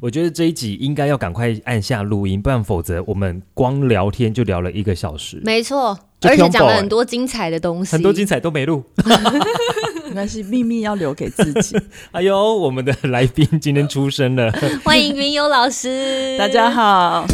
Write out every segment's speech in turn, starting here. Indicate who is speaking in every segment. Speaker 1: 我觉得这一集应该要赶快按下录音，不然否则我们光聊天就聊了一个小时，
Speaker 2: 没错，
Speaker 1: 就
Speaker 2: 而且
Speaker 1: Kyung
Speaker 2: 讲了
Speaker 1: Bo
Speaker 2: 很多精彩的东西，
Speaker 1: 很多精彩都没录。
Speaker 3: 没关系，秘密要留给自 己。
Speaker 1: 哎呦，我们的来宾今天出生了，
Speaker 2: 欢迎云游老师，
Speaker 3: 大家好，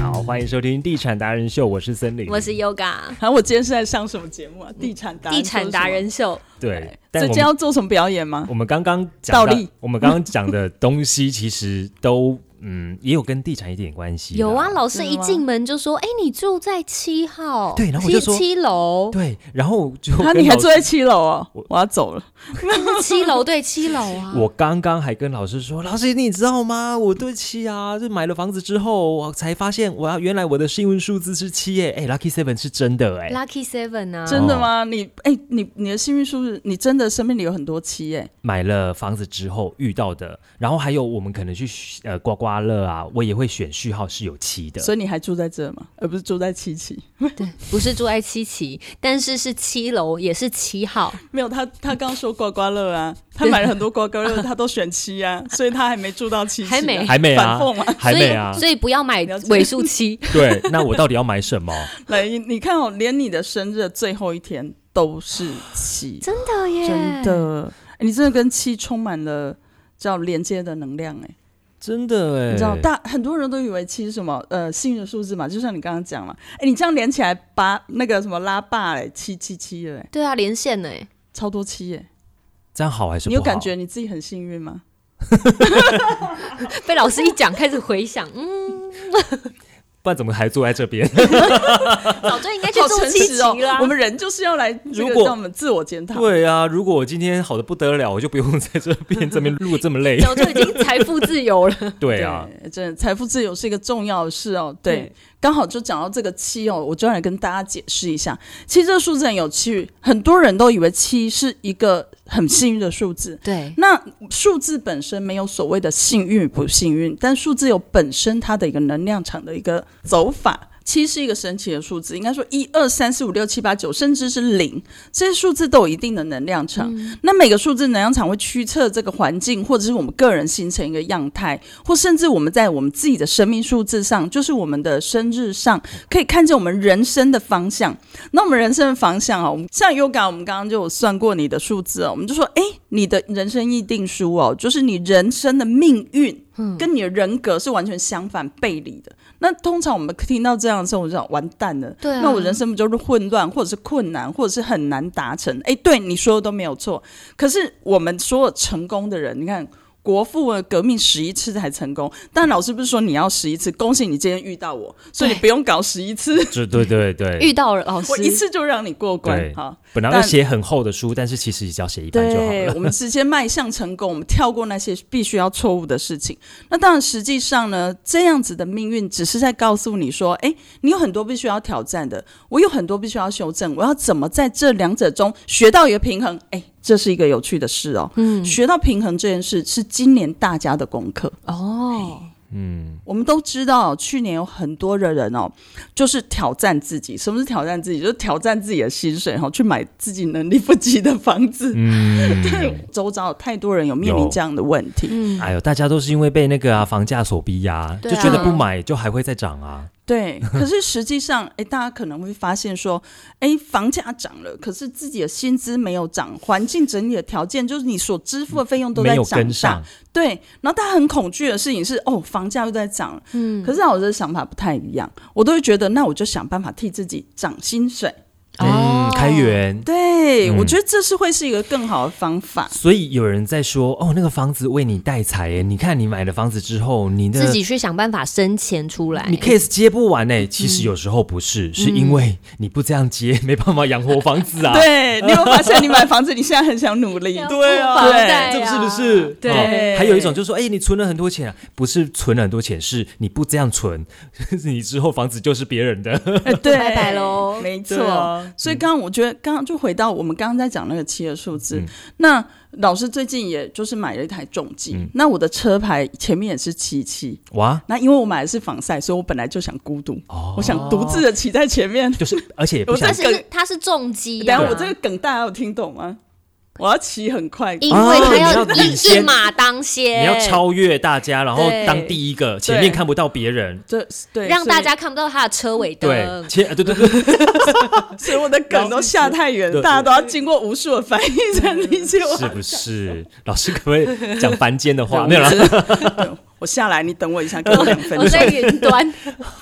Speaker 1: 好，欢迎收听《地产达人秀》，我是森林，
Speaker 2: 我是 Yoga
Speaker 3: 啊，我今天是在上什么节目啊？地产达人
Speaker 2: 地产达人秀，
Speaker 1: 对，但
Speaker 3: 说
Speaker 1: 我
Speaker 3: 什么。所以今天
Speaker 1: 们
Speaker 3: 要做什么表演吗？
Speaker 1: 我们刚刚讲
Speaker 3: 呃倒
Speaker 1: 到
Speaker 3: 立，
Speaker 1: 我们刚刚讲的东西其实都嗯也有跟地产一点关系啦，
Speaker 2: 有啊，老师
Speaker 3: 真的
Speaker 2: 一
Speaker 3: 吗
Speaker 2: 进门就说：“哎、你住在七号，
Speaker 1: 对然后我就
Speaker 2: 七
Speaker 1: 说
Speaker 2: 七楼，
Speaker 1: 对，然后就
Speaker 3: 啊，
Speaker 1: 跟
Speaker 3: 你还
Speaker 1: 老
Speaker 3: 住
Speaker 1: 师
Speaker 3: 在七楼哦
Speaker 1: 我，
Speaker 3: 我要走了。
Speaker 2: 七楼对七楼啊。”
Speaker 3: 嗯
Speaker 1: 我刚刚还跟老师说，老师你知道吗？我对七啊，就买了房子之后，我才发现我要原来我的幸运数字是七耶，哎，lucky seven 是真的哎，
Speaker 2: Lucky Seven 啊，
Speaker 3: 真的吗？你哎，你你的幸运数是，你真的生命里有很多七哎。
Speaker 1: 买了房子之后遇到的，然后还有我们可能去呃刮刮乐啊，我也会选序号是有七的，
Speaker 3: 所以你还住在这吗？而不是住在七七？
Speaker 2: 对，不是住在七期，但是是七楼，也是七号。
Speaker 3: 没有，他他刚说刮刮乐 啊，他买了很多刮刮乐， 他都选七啊，所以他还没住到七七啊，
Speaker 2: 还没
Speaker 1: 还没啊
Speaker 3: 反 讽啊！
Speaker 1: 还没啊
Speaker 2: 所以，所以不要买
Speaker 3: 了解
Speaker 2: 尾数 七，
Speaker 1: 对，那我到底要买什么？
Speaker 3: 来，你你看哦，连你的生日的最后一天都是七，
Speaker 2: 真的耶，
Speaker 3: 真。的，欸你真的跟七充满了叫连接的能量哎、
Speaker 1: 真的哎，
Speaker 3: 你知道大很多人都以为七是什么呃幸运的数字嘛，就像你刚刚讲嘛，哎、你这样连起来八那个什么拉霸嘞、七七七了、欸，
Speaker 2: 对啊，连线呢、
Speaker 3: 超多七哎、
Speaker 1: 这样好还是
Speaker 3: 你
Speaker 1: 不好？
Speaker 3: 有感觉你自己很幸运吗？
Speaker 2: 被老师一讲，开始回想，嗯，
Speaker 1: 不然怎么还坐在这 边？
Speaker 2: 早就应该去
Speaker 3: 好
Speaker 2: 住
Speaker 3: 诚
Speaker 2: 七
Speaker 3: 实哦
Speaker 2: 期啊啦。，
Speaker 3: 我们人就是要来这
Speaker 1: 如
Speaker 3: 个
Speaker 1: 果
Speaker 3: 让我们自我检讨。
Speaker 1: 对啊，如果我今天好的不得了，我就不用在这边这边录这么累。
Speaker 2: 早就已经财富自由了。
Speaker 1: 对啊，
Speaker 3: 对，真的财富自由是一个重要的事哦。对，刚好就讲到这个七哦，我就来跟大家解释一下。其实这个数字很有趣，很多人都以为七是一个很幸运的数字。
Speaker 2: 对，
Speaker 3: 那数字本身没有所谓的幸运与不幸运，但数字有本身它的一个能量场的一个走法。七是一个神奇的数字，应该说一二三四五六七八九，甚至是零，这些数字都有一定的能量场。那每个数字能量场会驱策这个环境，或者是我们个人形成一个样态，或甚至我们在我们自己的生命数字上，就是我们的生日上，可以看见我们人生的方向。那我们人生的方向啊，我们像 Yoga，我们刚刚就有算过你的数字哦，我们就说，哎，你的人生议定书哦，就是你人生的命运，
Speaker 2: 嗯
Speaker 3: 跟你的人格是完全相反背离的。那通常我们听到这样的时候，我就想完蛋了，
Speaker 2: 对啊
Speaker 3: 那我人生不就是混乱，或者是困难，或者是很难达成？哎，对你说的都没有错，可是我们所有成功的人，你看。国父呃的革命十一次才成功，但老师不是说你要十一次？恭喜你今天遇到我，所以你
Speaker 2: 对
Speaker 3: 不用搞十一次，
Speaker 1: 这对对
Speaker 2: 遇
Speaker 1: 对，
Speaker 2: 到了老哦师，
Speaker 3: 我一次就让你过关
Speaker 1: 对。
Speaker 3: 好，
Speaker 1: 本来要
Speaker 3: 但
Speaker 1: 写很厚的书，但是其实只要写一半就好
Speaker 3: 对，
Speaker 1: 了。
Speaker 3: 我们直接迈向成功，我们跳过那些必须要错误的事情。那当然，实际上呢，这样子的命运只是在告诉你说，哎，你有很多必须要挑战的，我有很多必须要修正，我要怎么在这两者中学到一个平衡？哎，这是一个有趣的事哦。嗯，学到平衡这件事是今年大家的功课。
Speaker 2: 哦，
Speaker 3: 我们都知道，去年有很多的人哦，就是挑战自己。什么是挑战自己？就是挑战自己的薪水哈、哦，去买自己能力不及的房子。
Speaker 1: 嗯，
Speaker 3: 对，周遭有太多人有面临
Speaker 1: 有
Speaker 3: 这样的问题。
Speaker 2: 嗯，
Speaker 1: 哎呦，大家都是因为被那个啊房价所逼呀、就
Speaker 2: 对啊
Speaker 1: 觉得不买就还会再涨啊。
Speaker 3: 对，可是实际上，哎，大家可能会发现说，哎，房价涨了，可是自己的薪资没有涨，环境整体的条件就是你所支付的费用都
Speaker 1: 没
Speaker 3: 在
Speaker 1: 有
Speaker 3: 涨
Speaker 1: 跟
Speaker 3: 价
Speaker 1: 上。，
Speaker 3: 对，然后大家很恐惧的事情是，哦，房价又在涨了。嗯，可是我的想法不太一样，我都会觉得，那我就想办法替自己涨薪水。
Speaker 1: 嗯，
Speaker 2: 哦
Speaker 1: 开源。
Speaker 3: 对，
Speaker 1: 嗯
Speaker 3: 我觉得这是会是一个更好的方法。
Speaker 1: 所以有人在说，哦，那个房子为你带财耶！你看你买了房子之后，你的
Speaker 2: 自己去想办法生钱出来
Speaker 1: 你。case 接不完哎。其实有时候不是，是因为你不这样接，没办法养活房子啊。
Speaker 3: 对，你有没有发现你买房子，你现在很想努力，
Speaker 1: 对
Speaker 2: 付
Speaker 1: 啊，
Speaker 2: 房贷啊
Speaker 1: 这不是不是？
Speaker 3: 对
Speaker 1: 哦还有一种就是说，哎，你存了很多钱啊，不是存了很多钱，是你不这样存， 你之后房子就是别人的。
Speaker 3: 哎对，
Speaker 2: 拜拜喽
Speaker 3: 没错
Speaker 1: 对啊。
Speaker 3: 所以刚刚我觉得，刚刚就回到我们刚刚在讲那个七的数字。
Speaker 1: 嗯
Speaker 3: 那老师最近也就是买了一台重机，
Speaker 1: 嗯
Speaker 3: 那我的车牌前面也是七七。
Speaker 1: 哇，
Speaker 3: 那因为我买的是防晒，所以我本来就想孤独，
Speaker 1: 哦
Speaker 3: 我想独自的骑 在前面。
Speaker 1: 就是，而且也不
Speaker 3: 我
Speaker 1: 想
Speaker 2: 但
Speaker 3: 在
Speaker 2: 是是它是重
Speaker 3: 等
Speaker 2: 击
Speaker 3: 一
Speaker 2: 啊，
Speaker 3: 下我这个梗大家有听懂吗？我要骑很快，
Speaker 2: 因为他
Speaker 1: 哦你要领
Speaker 2: 一一
Speaker 1: 先
Speaker 2: 马当先，
Speaker 1: 你要超越大家，然后
Speaker 2: 对
Speaker 1: 当第一个，前面看不到别人。
Speaker 3: 对对，
Speaker 2: 让大
Speaker 3: 所以
Speaker 2: 家看不到他的车尾
Speaker 1: 对
Speaker 3: 嗯
Speaker 2: 灯，。
Speaker 1: 前呃对对对，
Speaker 3: 所以我的梗都下太远
Speaker 1: 对，
Speaker 3: 大家都要经过无数的翻译才理解我。
Speaker 1: 是不 是？老师可不可以讲凡间的话？没
Speaker 3: 对
Speaker 1: 有啦
Speaker 3: 我知，道 对我下来，你等我一下，给我两分
Speaker 2: 我
Speaker 3: 钟
Speaker 2: 哦 在。云端，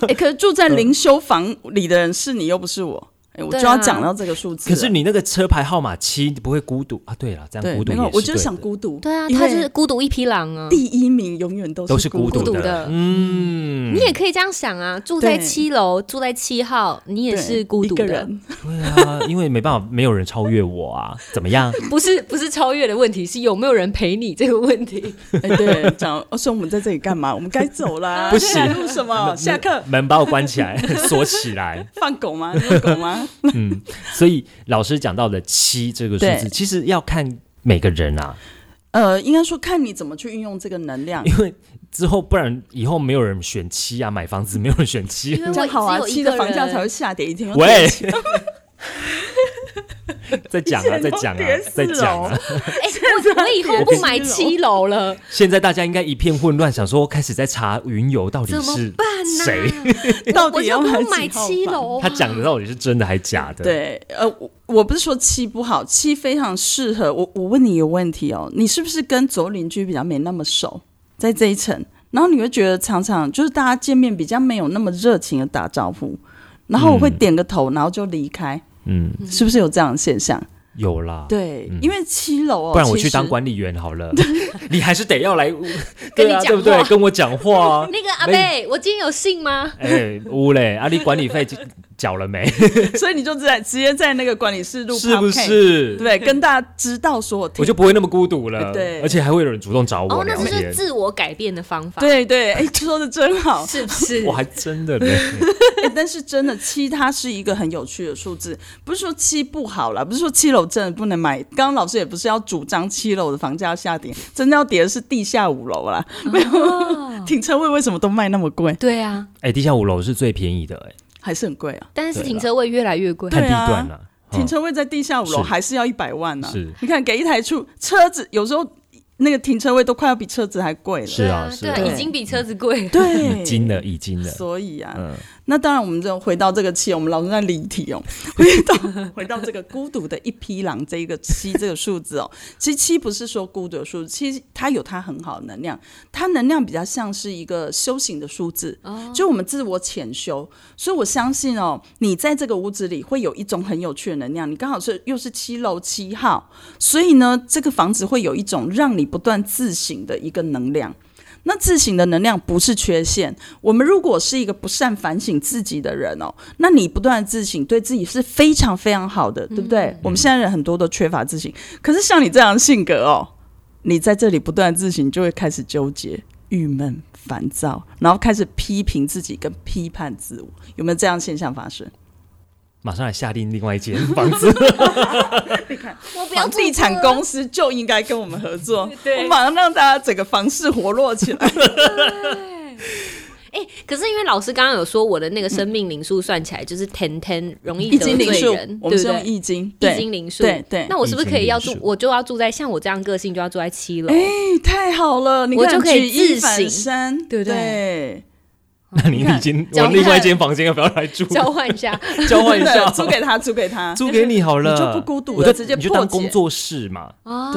Speaker 3: 哎，可是住在灵修房里的人是你，又不是我。哎，我
Speaker 2: 对
Speaker 3: 就
Speaker 2: 啊
Speaker 3: 要讲到这个数字
Speaker 1: 可
Speaker 3: 了。
Speaker 1: 是你那个车牌号码七，你不会孤独啊？对了，这样
Speaker 3: 对，
Speaker 1: 孤独
Speaker 3: 没
Speaker 1: 也
Speaker 3: 有，
Speaker 1: 是
Speaker 3: 我就是
Speaker 1: 对
Speaker 3: 想
Speaker 1: 的
Speaker 3: 孤独，
Speaker 2: 对啊，
Speaker 3: 因
Speaker 2: 他
Speaker 3: 为
Speaker 2: 就是孤独一匹狼啊。
Speaker 3: 第一名永远都
Speaker 1: 都是孤
Speaker 2: 独
Speaker 3: 独
Speaker 2: 的
Speaker 1: 的
Speaker 2: 的。
Speaker 1: 嗯，
Speaker 2: 你也可以这样想啊，住在
Speaker 3: 对
Speaker 2: 七楼，住在七号，你也
Speaker 3: 对
Speaker 2: 是孤独
Speaker 3: 一个
Speaker 2: 的，
Speaker 3: 人。
Speaker 1: 对啊，因为没办法，没有人超越我啊。怎么样？
Speaker 2: 不是不是超越的问题，是有没有人陪你这个问题。
Speaker 3: 哎，对，讲哦所以我们在这里干嘛？我们该走 啦。
Speaker 1: 不行
Speaker 3: 现在录什么？下课
Speaker 1: 门把我关起来，锁起来。
Speaker 3: 放狗吗？你有狗吗？
Speaker 1: 嗯，所以老师讲到的七这个数字，
Speaker 3: 对
Speaker 1: 其实要看每个人啊，
Speaker 3: 呃，应该说看你怎么去运用这个能
Speaker 2: 啊
Speaker 3: 量。
Speaker 1: 因为之后不然以后没有人选七啊，买房子没有人选七
Speaker 2: 因。为
Speaker 3: 这
Speaker 2: 我
Speaker 3: 样好啊，
Speaker 2: 只有
Speaker 3: 七
Speaker 2: 一个
Speaker 3: 的
Speaker 2: 人，
Speaker 3: 房价才会下跌一天又跌
Speaker 1: 喂
Speaker 3: 一天。，
Speaker 1: 在讲啊，在讲啊，
Speaker 2: 哦
Speaker 1: 在讲
Speaker 3: 哦
Speaker 1: 啊！
Speaker 2: 哎、我我以后不买七楼了，
Speaker 1: 现在大家应该一片混乱，想说开始在查云游到底
Speaker 2: 怎么
Speaker 1: 是
Speaker 2: 办呢、
Speaker 1: 谁，
Speaker 3: 到
Speaker 2: 我
Speaker 3: 底要
Speaker 2: 就不
Speaker 3: 买
Speaker 2: 买
Speaker 3: 几号
Speaker 2: 七
Speaker 3: 房？
Speaker 2: 楼、啊。
Speaker 1: 他讲的到底是真的还假的？，
Speaker 3: 对，呃，我我不是说七不好，七非常适合。我我问你一个问题哦，你是不是跟左右邻居比较没那么熟，在这一层，然后你会觉得常常就是大家见面比较没有那么热情的打招呼，然后我会
Speaker 1: 嗯
Speaker 3: 点个头，然后就离开，
Speaker 1: 嗯，
Speaker 3: 是不是有这样的现象？
Speaker 1: 有啦。
Speaker 3: 对，
Speaker 1: 嗯
Speaker 3: 因为七楼哦，
Speaker 1: 不然我
Speaker 3: 其
Speaker 1: 去当
Speaker 3: 实
Speaker 1: 管理员好 了，你还是得要来，
Speaker 2: 跟
Speaker 1: 对
Speaker 2: 你
Speaker 1: 啊，
Speaker 2: 讲话。
Speaker 1: 对不对？跟我讲话啊
Speaker 2: 那个阿贝，我今天有信吗？
Speaker 1: 哎，乌嘞，啊，你管理费缴了 没？
Speaker 3: 所以你就直接直接在那个管理室录，
Speaker 1: 是不？是？
Speaker 3: 对，跟大家知道说我听
Speaker 1: 我就不会那么孤独了。
Speaker 3: 对
Speaker 1: 而且还会有人主动找我
Speaker 2: 哦，
Speaker 1: 聊
Speaker 2: 那就是
Speaker 1: 天，
Speaker 2: 自我改变的方法，
Speaker 3: 对对，哎，说的真 好，
Speaker 2: 是不是
Speaker 1: 我？还真 的嘞。
Speaker 3: 欸 但是真的七，它是一个很有趣的数字，不是说七不好啦，不是说七楼真的不能买。刚刚老师也不是要主张七楼的房价要下跌，真的要跌的是地下五楼
Speaker 1: 啊
Speaker 3: 啦。没有、 停车位为什么都卖那么贵，
Speaker 2: 对啊，
Speaker 1: 哎，地下五楼是最便宜的，哎，
Speaker 3: 还是很贵啊？
Speaker 2: 但是停车位越来越贵，
Speaker 1: 看
Speaker 3: 对
Speaker 1: 地
Speaker 3: 啊
Speaker 1: 段了。
Speaker 3: 停
Speaker 1: 嗯
Speaker 3: 车位在地下五楼
Speaker 1: 是
Speaker 3: 还是要一百万呢、啊
Speaker 1: 是
Speaker 3: 你看给一台出车子，有时候那个停车位都快要比车子还贵了。
Speaker 1: 是啊是
Speaker 2: 对
Speaker 1: 啊
Speaker 2: 啊，
Speaker 3: 对
Speaker 2: 已经比车子贵了。
Speaker 3: 对，
Speaker 1: 已经了，嗯已经了。
Speaker 3: 所以啊，
Speaker 1: 嗯
Speaker 3: 那当然，我们就回到这个七，我们老是在离题哦，回到回到这个孤独的一匹狼这一个七这个数字哦，其实七不是说孤独的数字，其实它有它很好的能量，它能量比较像是一个修行的数字，就我们自我潜修，所以我相信哦，你在这个屋子里会有一种很有趣的能量，你刚好是又是七楼七号，所以呢，这个房子会有一种让你不断自省的一个能量。那自省的能量不是缺陷。我们如果是一个不善反省自己的人哦，那你不断的自省，对自己是非常非常好的，对不对？
Speaker 2: 嗯
Speaker 3: 我们现在人很多都缺乏自省，可是像你这样的性格哦，你在这里不断的自省，你就会开始纠结、郁闷、烦躁，然后开始批评自己跟批判自我，有没有这样现象发生？
Speaker 1: 马上来下定另外一间房子，
Speaker 2: 我不要
Speaker 3: 房
Speaker 2: 住
Speaker 3: 地产
Speaker 2: 这
Speaker 3: 公司就应该跟我们 合作，
Speaker 2: 对
Speaker 3: 我马上让大家整个房市活络起 来。
Speaker 2: 哎、可是因为老师刚刚有说，我的那个生命灵数算起来就是 ten ten，容易
Speaker 3: 易
Speaker 2: 得
Speaker 3: 经灵
Speaker 2: 罪
Speaker 3: 数
Speaker 2: 人，，
Speaker 3: 我
Speaker 2: 对不
Speaker 3: 们是用
Speaker 2: 对？
Speaker 3: 易经，
Speaker 2: 易
Speaker 3: 对
Speaker 2: 经灵数，
Speaker 3: 对对。
Speaker 2: 那我是不是可以要
Speaker 1: 易
Speaker 2: 住
Speaker 1: 经灵？数
Speaker 2: 我就要住在像我这样个性，就要住在七楼。
Speaker 3: 哎，太好了，你
Speaker 2: 我
Speaker 3: 看
Speaker 2: 就可以
Speaker 3: 举一
Speaker 2: 自
Speaker 3: 反
Speaker 2: 省
Speaker 3: 三，
Speaker 2: 对不对
Speaker 3: 对？
Speaker 1: 那你已经
Speaker 2: 交
Speaker 1: 我
Speaker 2: 换
Speaker 1: 另外一间房间要不要来住？
Speaker 2: 交换一下，
Speaker 1: 交换一
Speaker 3: 真的
Speaker 1: 下，
Speaker 3: 租给他，租给 他。
Speaker 1: 租给你好了，
Speaker 3: 你就不孤独了
Speaker 1: 我就
Speaker 3: 直接
Speaker 1: 你就
Speaker 3: 破
Speaker 1: 当
Speaker 3: 解
Speaker 1: 工作室嘛，
Speaker 2: 哦，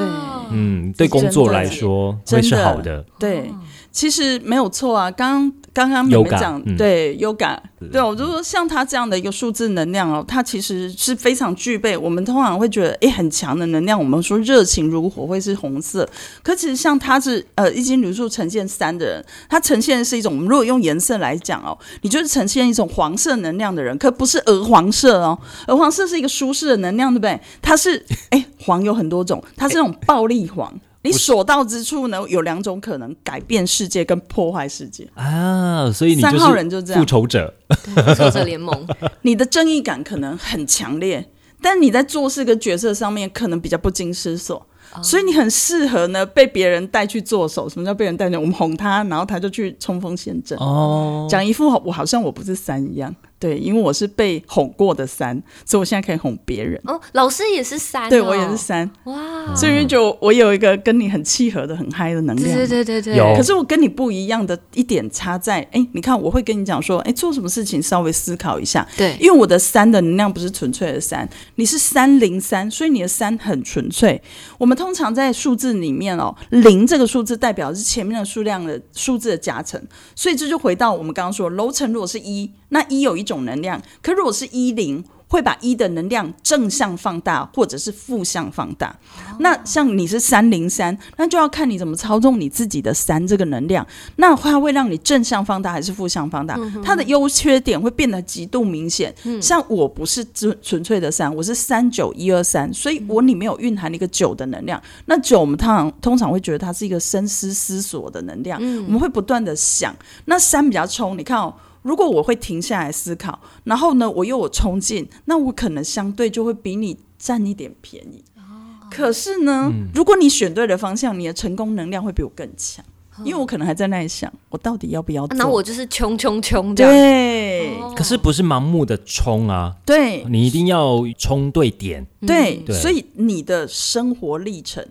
Speaker 1: 嗯，对工作来说
Speaker 3: 真
Speaker 1: 会
Speaker 3: 的
Speaker 1: 是好的。
Speaker 3: 对，其实没有错啊。刚刚刚妹妹
Speaker 1: Yoga，
Speaker 3: 讲
Speaker 1: 嗯，
Speaker 3: 对优感，对我就说像他这样的一个数字能量哦，它其实是非常具备。我们通常会觉得，诶，很强的能量。我们说热情如火会是红色，可其实像他是呃易经流数呈现三的人，他呈现的是一种，我们如果用颜色来讲哦，你就是呈现一种黄色能量的人，可不是鹅黄色哦， 鹅黄色是一个舒适的能量，对不对？它是诶，黄有很多种，它是那种暴力黄。你所到之处呢，有两种可能：改变世界跟破坏世界。
Speaker 1: 啊，所以你
Speaker 3: 三
Speaker 1: 就
Speaker 3: 号人
Speaker 1: 是
Speaker 3: 就这样
Speaker 1: 复，仇者，
Speaker 2: 对作者联盟，
Speaker 3: 你的正义感可能很强烈，但你在做事跟角色上面可能比较不经思索，
Speaker 2: 哦
Speaker 3: 所以你很适合呢被别人带去做手。什么叫被人带去？我们哄他，然后他就去冲锋陷阵，
Speaker 1: 哦，
Speaker 3: 讲一副我好像我不是三一样。对，因为我是被哄过的三，所以我现在可以哄别人。
Speaker 2: 哦，老师也是三、哦，
Speaker 3: 对我也是三，
Speaker 2: 哇，
Speaker 3: 所以就我有一个跟你很契合的、很嗨的能量。
Speaker 2: 嗯对对对对
Speaker 1: 有
Speaker 2: 对，
Speaker 3: 可是我跟你不一样的一点差在，哎，你看我会跟你讲说，哎，做什么事情稍微思考一下，
Speaker 2: 对
Speaker 3: 因为我的三的能量不是纯粹的三，你是三零三，所以你的三很纯粹。我们通常在数字里面哦，零这个数字代表是前面的数量的数字的加成，所以这就回到我们刚刚说，楼层如果是一，那一有一种能量，可如果是一零。会把一的能量正向放大，或者是负向放大。那像你是三零三，那就要看你怎么操纵你自己的三这个能量。那它会让你正向放大还是负向放大？它的优缺点会变得极度明显。
Speaker 2: 嗯
Speaker 3: 像我不是纯纯粹的三，我是三九一二
Speaker 2: 嗯
Speaker 3: 三，所以我里面有蕴含了一个九的能量。那九我们通常通常会觉得它是一个深思思索的能量，
Speaker 2: 嗯
Speaker 3: 我们会不断的想。那三比较冲，你看哦。如果我会停下来思考，然后呢，我又有冲劲，那我可能相对就会比你占一点便宜。
Speaker 2: 哦
Speaker 3: 可是呢，如果你选对了方向，你的成功能量会比我更强，因为我可能还在那里想，我到底要不要做？
Speaker 2: 哦啊那我就是冲冲冲这样。
Speaker 3: 对、
Speaker 2: 哦
Speaker 1: 可是不是盲目的冲啊，
Speaker 3: 对
Speaker 1: 你一定要冲对点。
Speaker 3: 对
Speaker 1: 对
Speaker 3: 所以你的生活历程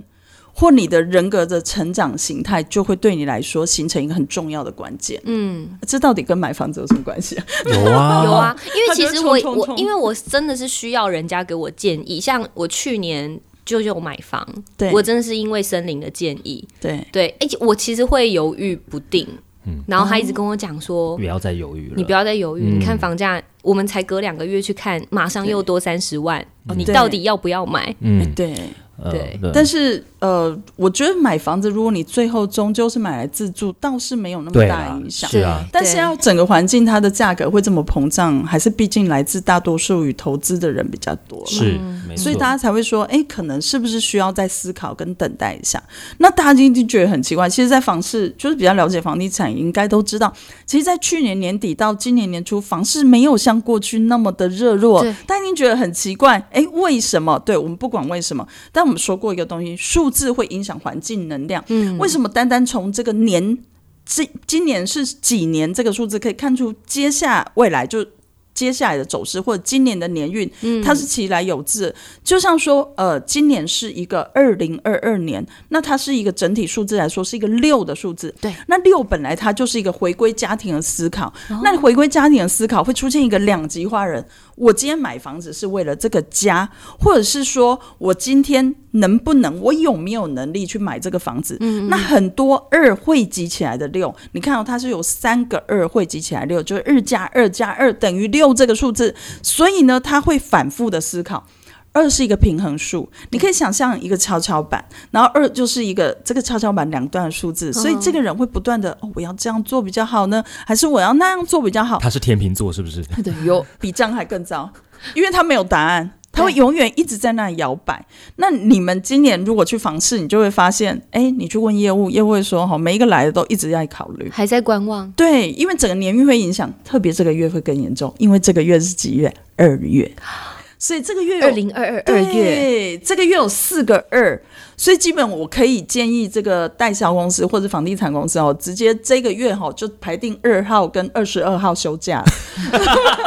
Speaker 3: 或你的人格的成长形态，就会对你来说形成一个很重要的关键。
Speaker 2: 嗯，
Speaker 3: 这到底跟买房子有什么关系啊？
Speaker 1: 有啊，
Speaker 2: 有，啊，因为
Speaker 3: 他
Speaker 2: 其
Speaker 3: 觉得
Speaker 2: 实我
Speaker 3: 冲冲
Speaker 2: 我
Speaker 3: 冲
Speaker 2: 因为我真的是需要人家给我建议，像我去年就有买房，
Speaker 3: 对，
Speaker 2: 我真的是因为森林的建议，
Speaker 3: 对
Speaker 2: 对，而且我其实会犹豫不定，然后他一直跟我讲 说，
Speaker 1: 不要再犹豫了。
Speaker 2: 你不要再犹豫，
Speaker 1: 哦嗯
Speaker 2: 你看房价，我们才隔两个月去看，马上又多三十万，哦你
Speaker 3: 对
Speaker 2: 到底要不要买？
Speaker 1: 嗯，
Speaker 3: 哎对。
Speaker 1: 呃
Speaker 2: 对
Speaker 3: 但是呃，我觉得买房子，如果你最后终究是买来自住，倒是没有那么
Speaker 1: 对啊
Speaker 3: 大影响。
Speaker 1: 是啊，
Speaker 3: 但是
Speaker 2: 对
Speaker 3: 要整个环境它的价格会这么膨胀，还是毕竟来自大多数与投资的人比较多。
Speaker 1: 是，没错
Speaker 3: 嗯所以大家才会说，哎，可能是不是需要再思考跟等待一下？那大家一定觉得很奇怪。其实，在房市就是比较了解房地产，应该都知道，其实，在去年年底到今年年初，房市没有像过去那么的热络
Speaker 2: 对。
Speaker 3: 大家一定觉得很奇怪，哎，为什么？对我们不管为什么，但我们说过一个东西，数字会影响环境能量。
Speaker 2: 嗯
Speaker 3: 为什么单单从这个年，这今年是几年这个数字可以看出接下未来就接下来的走势或者今年的年运，它是其来有致的。就像说，呃，今年是一个二零二二年，那它是一个整体数字来说是一个六的数字。
Speaker 2: 对，
Speaker 3: 那六本来它就是一个回归家庭的思考，那你回归家庭的思考会出现一个两极化人。我今天买房子是为了这个家，或者是说我今天能不能，我有没有能力去买这个房子？那很多二汇集起来的六，你看到、它是有三个二汇集起来六，就是二加二加二等于六这个数字，所以呢，他会反复的思考。二是一个平衡数，你可以想象一个跷跷板，然后二就是一个这个跷跷板两端的数字，所以这个人会不断的哦，我要这样做比较好呢，还是我要那样做比较好？
Speaker 1: 他是天秤座，是不是？
Speaker 3: 对，有比这样还更糟，因为他没有答案，他会
Speaker 2: 对
Speaker 3: 永远一直在那里摇摆。那你们今年如果去房市，你就会发现，哎，你去问业务，业务会说，哈，每一个来的都一直在考虑。
Speaker 2: 还在观望？
Speaker 3: 对，因为整个年运会影响，特别这个月会更严重，因为这个月是几月？二月，所以这个月有
Speaker 2: 二零二二二月，
Speaker 3: 对，这个月有四个二，所以基本我可以建议这个代销公司或者房地产公司哦，直接这个月哈、就排定二号跟二十二号休假，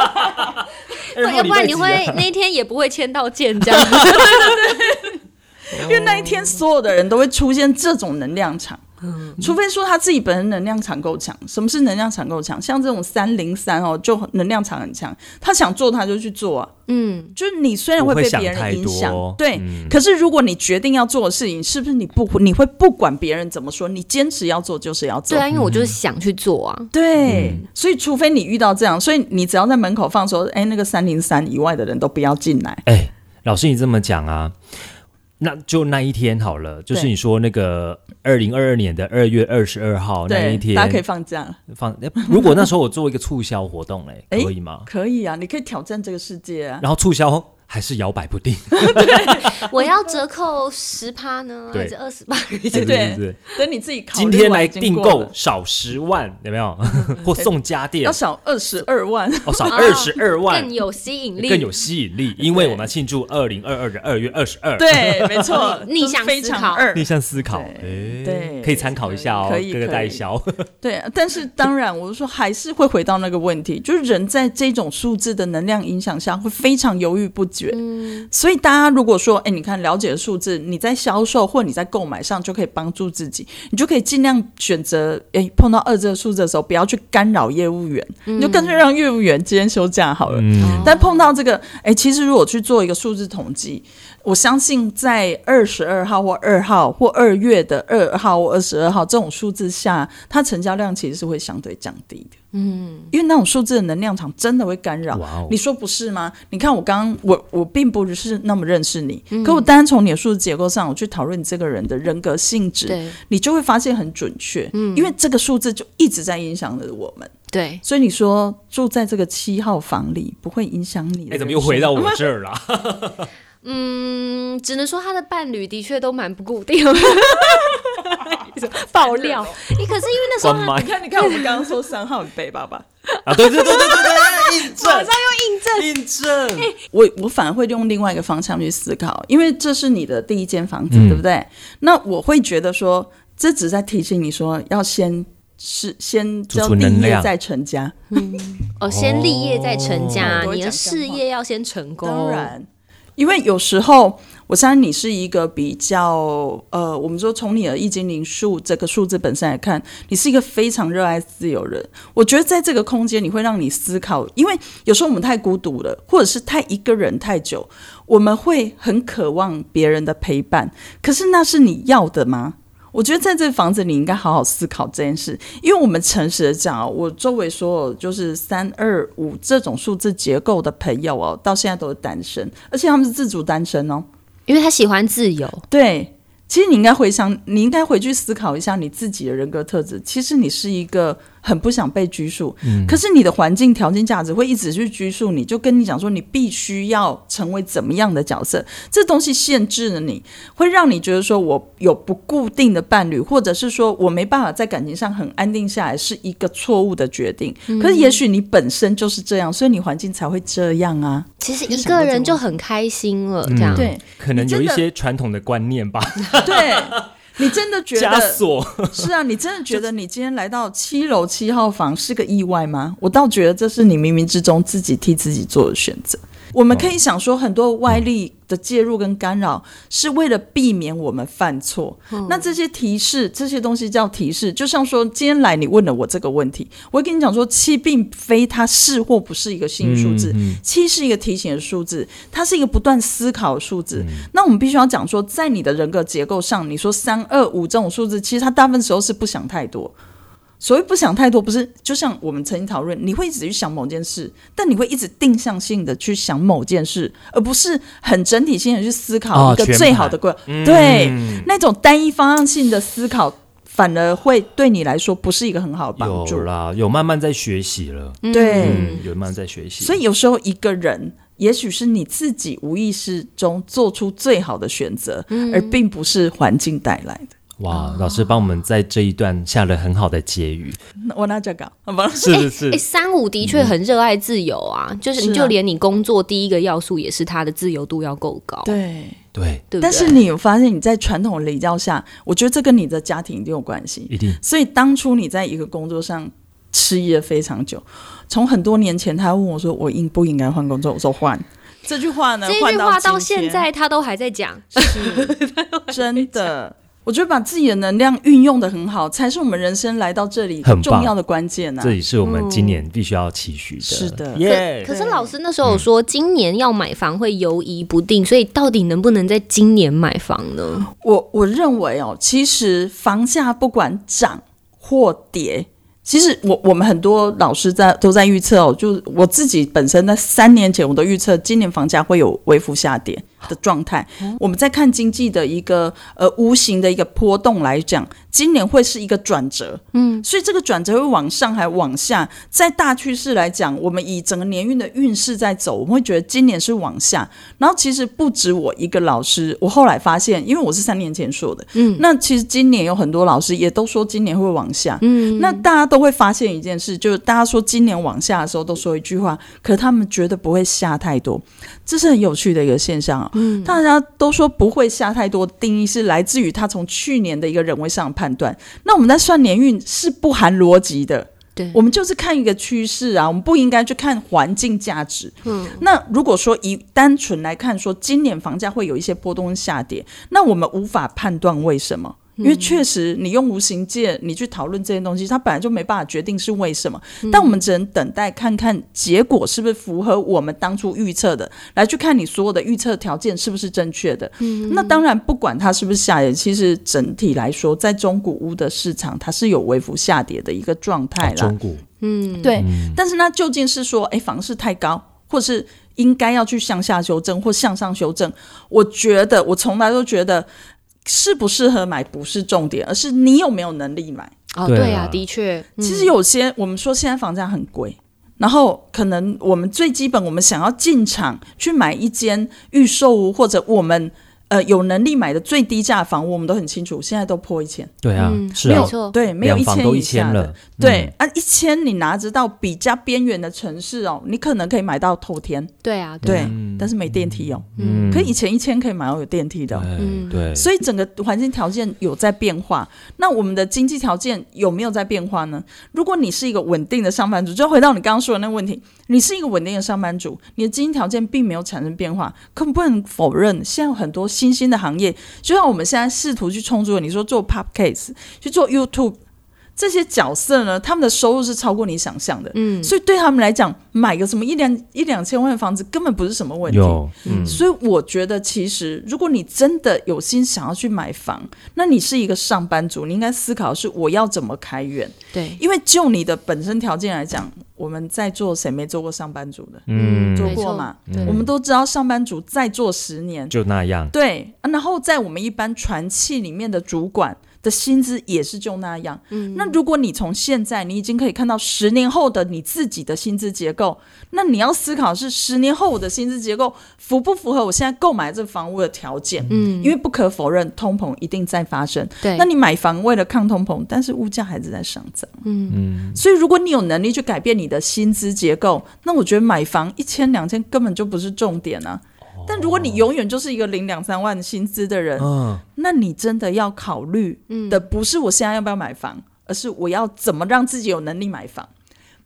Speaker 1: 二号
Speaker 2: 哎要不然
Speaker 1: 礼拜
Speaker 2: 你
Speaker 1: 几
Speaker 2: 会
Speaker 1: 啊
Speaker 2: 那天也不会签到件 这样。
Speaker 3: 因为那一天所有的人都会出现这种能量场。
Speaker 1: 嗯
Speaker 3: 除非说他自己本身能量场够强，什么是能量场够强？像这种三零三哦，就很能量场很强，他想做他就去做啊。
Speaker 2: 嗯，
Speaker 3: 就是你虽然
Speaker 1: 不会
Speaker 3: 被
Speaker 1: 想
Speaker 3: 别人
Speaker 1: 太
Speaker 3: 影响
Speaker 1: 多，
Speaker 3: 对，
Speaker 1: 嗯
Speaker 3: 可是如果你决定要做的事情，是不是你不你会不管别人怎么说，你坚持要做就是要
Speaker 1: 嗯
Speaker 3: 做
Speaker 2: 对。啊，因为我就是想去做啊。
Speaker 3: 对，所以除非你遇到这样，所以你只要在门口放说，哎，那个三零三以外的人都不要进来。
Speaker 1: 哎，老师，你这么讲啊，那就那一天好了，就是
Speaker 3: 对
Speaker 1: 你说那个二零二二年的二月二十二号哦那一
Speaker 3: 对，
Speaker 1: 天，
Speaker 3: 大家可以放假了，
Speaker 1: 放。哎 如 果那时候我做一个促销活动嘞，
Speaker 3: 哎
Speaker 1: 可以吗？
Speaker 3: 可以啊，你可以挑战这个世界啊。
Speaker 1: 然后促销还是摇摆不定，
Speaker 2: 我要折扣十趴呢，
Speaker 1: 对
Speaker 2: 还是二十八？
Speaker 1: 是不
Speaker 3: 对
Speaker 1: 是？
Speaker 3: 等你自己考
Speaker 1: 今
Speaker 3: 虑完
Speaker 1: 天来
Speaker 3: 已经
Speaker 1: 订
Speaker 3: 过
Speaker 1: 购
Speaker 3: 了
Speaker 1: 少十万，有没 有？或送家电
Speaker 3: 要少哎二十二 万，
Speaker 1: 哦，少
Speaker 2: 啊
Speaker 1: 二十二万
Speaker 2: 更有吸引力，
Speaker 1: 更有吸引力，因为我们要庆祝二零二二的二月二十二。
Speaker 3: 对，没错，
Speaker 2: 逆
Speaker 3: 就是
Speaker 2: 向
Speaker 3: 非
Speaker 2: 思
Speaker 3: 常
Speaker 2: 考
Speaker 3: 二
Speaker 1: 逆，向思考，
Speaker 3: 对
Speaker 1: 哎
Speaker 3: 对
Speaker 1: 可以参考一下哦
Speaker 3: 可，以
Speaker 1: 各个
Speaker 3: 可以
Speaker 1: 代销。
Speaker 3: 对，但是当然，我是说还是会回到那个问题，就是人在这种数字的能量影响下，会非常犹豫不决。
Speaker 2: 嗯
Speaker 3: 所以大家如果说，哎，你看了解数字，你在销售或你在购买上就可以帮助自己，你就可以尽量选择，哎，碰到二这个数字的时候，不要去干扰业务员，
Speaker 2: 嗯
Speaker 3: 你就干脆让业务员今天休假好了。
Speaker 1: 嗯，
Speaker 3: 但碰到这个，哎，其实如果去做一个数字统计，我相信在二十二号或二号或二月的二号或二十二号这种数字下，它成交量其实是会相对降低的。嗯，因为那种数字的能量场真的会干扰。
Speaker 1: 哇哦
Speaker 3: 你说不是吗？你看我刚刚我我并不是那么认识你，可我单从你的数字结构上，我去讨论你这个人的人格性质，
Speaker 2: 对
Speaker 3: 你就会发现很准确。嗯，因为这个数字就一直在影响着我们。
Speaker 2: 对，
Speaker 3: 所以你说住在这个七号房里不会影响你？
Speaker 1: 哎，怎么又回到？我这儿了？
Speaker 2: 嗯，只能说他的伴侣的 确都蛮不固定。爆料，你可是因为那时候
Speaker 1: 关
Speaker 2: 他
Speaker 1: 麦
Speaker 3: 你看，你看，我们刚刚说三号很背爸爸，
Speaker 1: 啊！对对对对对对，印证，马上又印证，印证。
Speaker 3: 我我反而会用另外一个方向去思考，因为这是你的第一间房子，
Speaker 1: 嗯
Speaker 3: 对不对？那我会觉得说，这只是在提醒你说，要先是先
Speaker 1: 储
Speaker 3: 要
Speaker 1: 存
Speaker 3: 立
Speaker 1: 能
Speaker 3: 业
Speaker 1: 量
Speaker 3: 再成家，
Speaker 2: 哦，先立业再成家，
Speaker 3: 哦
Speaker 2: 你的事业要先成功。
Speaker 3: 当，然，因为有时候我相信你是一个比较呃，我们说从你的易经灵数这个数字本身来看，你是一个非常热爱自由人。我觉得在这个空间，你会让你思考，因为有时候我们太孤独了，或者是太一个人太久，我们会很渴望别人的陪伴。可是那是你要的吗？我觉得在这房子，你应该好好思考这件事，因为我们诚实的讲哦，我周围所有就是三二五这种数字结构的朋友哦，到现在都是单身，而且他们是自主单身哦。
Speaker 2: 因为他喜欢自由，
Speaker 3: 对，其实你应该回想，你应该回去思考一下你自己的人格特质。其实你是一个很不想被拘束，可是你的环境条件价值会一直去拘束你，就跟你讲说你必须要成为怎么样的角色，这东西限制了你，会让你觉得说我有不固定的伴侣，或者是说我没办法在感情上很安定下来，是一个错误的决定。可是也许你本身就是这样，所以你环境才会这样啊。
Speaker 2: 其实一个人就很开心了，这样。
Speaker 1: 嗯
Speaker 3: 对
Speaker 1: 可能有一
Speaker 3: 你真的
Speaker 1: 些传统的观念吧，
Speaker 3: 对。 你真的觉得
Speaker 1: 枷锁。
Speaker 3: 是啊，你真的觉得你今天来到七楼七号房是个意外吗？我倒觉得这是你冥冥之中自己替自己做的选择。我们可以想说，很多外力的介入跟干扰是为了避免我们犯错。那这些提示，这些东西叫提示。就像说，今天来你问了我这个问题，我会跟你讲说，七并非它是或不是一个新数字，七是一个提醒的数字，它是一个不断思考的数字。那我们必须要讲说，在你的人格结构上，你说三二五这种数字，其实它大部分时候是不想太多。所谓不想太多，不是就像我们曾经讨论，你会一直去想某件事，但你会一直定向性的去想某件事，而不是很整体性的去思考
Speaker 1: 哦
Speaker 3: 一个
Speaker 1: 全
Speaker 3: 最
Speaker 1: 盘嗯
Speaker 3: 好的规划。对，那种单一方向性的思考，反而会对你来说不是一个很好的帮助
Speaker 1: 有。啦，有慢慢在学习了，
Speaker 3: 对，
Speaker 1: 嗯，有慢慢在学习。
Speaker 3: 所以有时候一个人，也许是你自己无意识中做出最好的选择，
Speaker 1: 嗯
Speaker 3: 而并不是环境带来的。
Speaker 1: 哇，老师帮我们在这一段下了很好的结语，
Speaker 3: 那我那这个，好吧？
Speaker 1: 是不
Speaker 2: 哎、
Speaker 1: 是？嗯
Speaker 2: 三五的确很热爱自由啊，就是
Speaker 3: 是啊
Speaker 2: 你就连你工作第一个要素也是他的自由度要够高，
Speaker 3: 对。
Speaker 1: 对，
Speaker 2: 对不对？
Speaker 3: 但是你有发现，你在传统的礼教下，我觉得这跟你的家庭一定有关系。
Speaker 1: 一定
Speaker 3: 所以当初你在一个工作上迟疑了非常久，从很多年前他问我说我应不应该换工作，我说换。这句话呢，
Speaker 2: 这句
Speaker 3: 换
Speaker 2: 话
Speaker 3: 到
Speaker 2: 到
Speaker 3: 今天
Speaker 2: 现 在他都还在讲，
Speaker 3: 真的，我觉得把自己的能量运用的很好，才是我们人生来到这里
Speaker 1: 很棒
Speaker 3: 重要的关键啊呐、
Speaker 1: 这也是我们今年必须要期许的。
Speaker 3: 是的
Speaker 1: 耶
Speaker 2: 可！是老师那时候有说，今年要买房会犹疑不定，所以到底能不能在今年买房呢？
Speaker 3: 我我认为哦，其实房价不管涨或跌，其实我我们很多老师在都在预测哦，就是我自己本身在三年前我都预测今年房价会有微幅下跌，的状态。我们在看经济的一个呃无形的一个波动来讲，今年会是一个转折，嗯，所以这个转折会往上还往下。在大趋势来讲，我们以整个年运的运势在走，我们会觉得今年是往下。然后其实不止我一个老师，我后来发现，因为我是三年前说的，嗯，那其实今年有很多老师也都说今年会往下，嗯，那大家都会发现一件事，就是大家说今年往下的时候都说一句话，可是他们绝对不会下太多，这是很有趣的一个现象啊、嗯，大家都说不会下太多，定义是来自于他从去年的一个人为上的判断。那我们在算年运是不含逻辑的，
Speaker 2: 对
Speaker 3: 我们就是看一个趋势啊，我们不应该去看环境价值。嗯，那如果说以单纯来看，说今年房价会有一些波动跟下跌，那我们无法判断为什么。因为确实，你用无形界你去讨论这些东西，它本来就没办法决定是为什么。但我们只能等待看看结果是不是符合我们当初预测的，来去看你所有的预测条件是不是正确的。那当然，不管它是不是下跌，其实整体来说，在中古屋的市场，它是有微幅下跌的一个状态啦。
Speaker 1: 哦啊中古
Speaker 2: 嗯，
Speaker 3: 对，但是那究竟是说，哎，房市太高，或是应该要去向下修正或向上修正？我觉得，我从来都觉得。适不适合买不是重点，而是你有没有能力买。
Speaker 2: 哦，
Speaker 1: 对
Speaker 2: 对
Speaker 1: 啦
Speaker 2: 啊，的确，嗯
Speaker 3: 其实有些我们说现在房价很贵，然后可能我们最基本，我们想要进场去买一间预售屋，或者我们呃有能力买的最低价房屋，我们都很清楚，现在都破一千，
Speaker 1: 对啊，
Speaker 2: 嗯
Speaker 1: 是
Speaker 2: 没
Speaker 1: 啊
Speaker 2: 有，错，
Speaker 3: 对，没有
Speaker 1: 两
Speaker 3: 一
Speaker 1: 房都
Speaker 3: 千以
Speaker 1: 一千
Speaker 3: 下的
Speaker 1: 了。，嗯
Speaker 3: 对，啊，一千你拿着到比较边缘的城市哦，你可能可以买到头天，
Speaker 2: 对啊，
Speaker 3: 对，
Speaker 1: 嗯
Speaker 3: 但是没电梯哦。
Speaker 1: 嗯，
Speaker 3: 可以前一千可以买到有电梯的哦、
Speaker 1: 对
Speaker 2: 嗯
Speaker 1: 对，
Speaker 3: 所以整个环境条件有在变化，那我们的经济条件有没有在变化呢？如果你是一个稳定的上班族，就回到你刚刚说的那个问题，你是一个稳定的上班族，你的经济条件并没有产生变化，可不能否认，现在有很多新兴的行业，就像我们现在试图去冲出，你说做 podcast，去做 YouTube。这些角色呢，他们的收入是超过你想象的，
Speaker 2: 嗯，
Speaker 3: 所以对他们来讲，买个什么一两一两千万的房子根本不是什么问题。
Speaker 1: 有嗯
Speaker 3: 所以我觉得，其实如果你真的有心想要去买房，那你是一个上班族，你应该思考是我要怎么开源。
Speaker 2: 对，
Speaker 3: 因为就你的本身条件来讲，我们在座谁没做过上班族的？
Speaker 1: 嗯，
Speaker 3: 做
Speaker 2: 没
Speaker 3: 过
Speaker 2: 错
Speaker 3: 嘛？
Speaker 2: 对
Speaker 3: 我们都知道，上班族再做十年，
Speaker 1: 就那样，
Speaker 3: 对。啊然后在我们一般传企里面的主管的薪资也是就那样。嗯，那如果你从现在你已经可以看到十年后的你自己的薪资结构，那你要思考是十年后我的薪资结构符不符合我现在购买这房屋的条件？
Speaker 2: 嗯，
Speaker 3: 因为不可否认，通膨一定在发生。
Speaker 2: 对，
Speaker 3: 那你买房为了抗通膨，但是物价还是在上涨。
Speaker 1: 嗯，
Speaker 3: 所以如果你有能力去改变你的薪资结构，那我觉得买房一千两千根本就不是重点啊。但如果你永远就是一个零两三万薪资的人，
Speaker 1: 嗯，
Speaker 3: 那你真的要考虑的不是我现在要不要买房，而是我要怎么让自己有能力买房。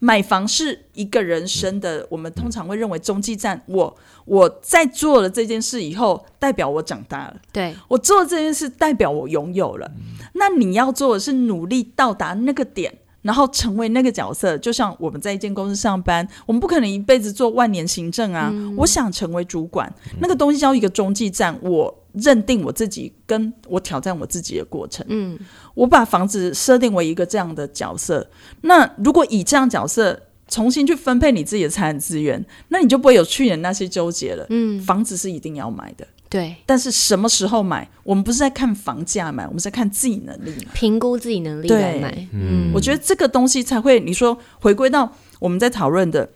Speaker 3: 买房是一个人生的，我们通常会认为中继站。我我在做了这件事以后，代表我长大了。
Speaker 2: 对，
Speaker 3: 我做这件事代表我拥有了。那你要做的是努力到达那个点，然后成为那个角色。就像我们在一间公司上班，我们不可能一辈子做万年行政啊。我想成为主管，那个东西叫一个中继站。我认定我自己，跟我挑战我自己的过程。
Speaker 2: 嗯，
Speaker 3: 我把房子设定为一个这样的角色。那如果以这样角色重新去分配你自己的财产资源，那你就不会有去年那些纠结了。
Speaker 2: 嗯，
Speaker 3: 房子是一定要买的。
Speaker 2: 对，
Speaker 3: 但是什么时候买，我们不是在看房价买，我们是在看自己能力买。
Speaker 2: 评估自己能力
Speaker 3: 对
Speaker 2: 来买，嗯，
Speaker 3: 我觉得这个东西才会，你说回归到我们在讨论的。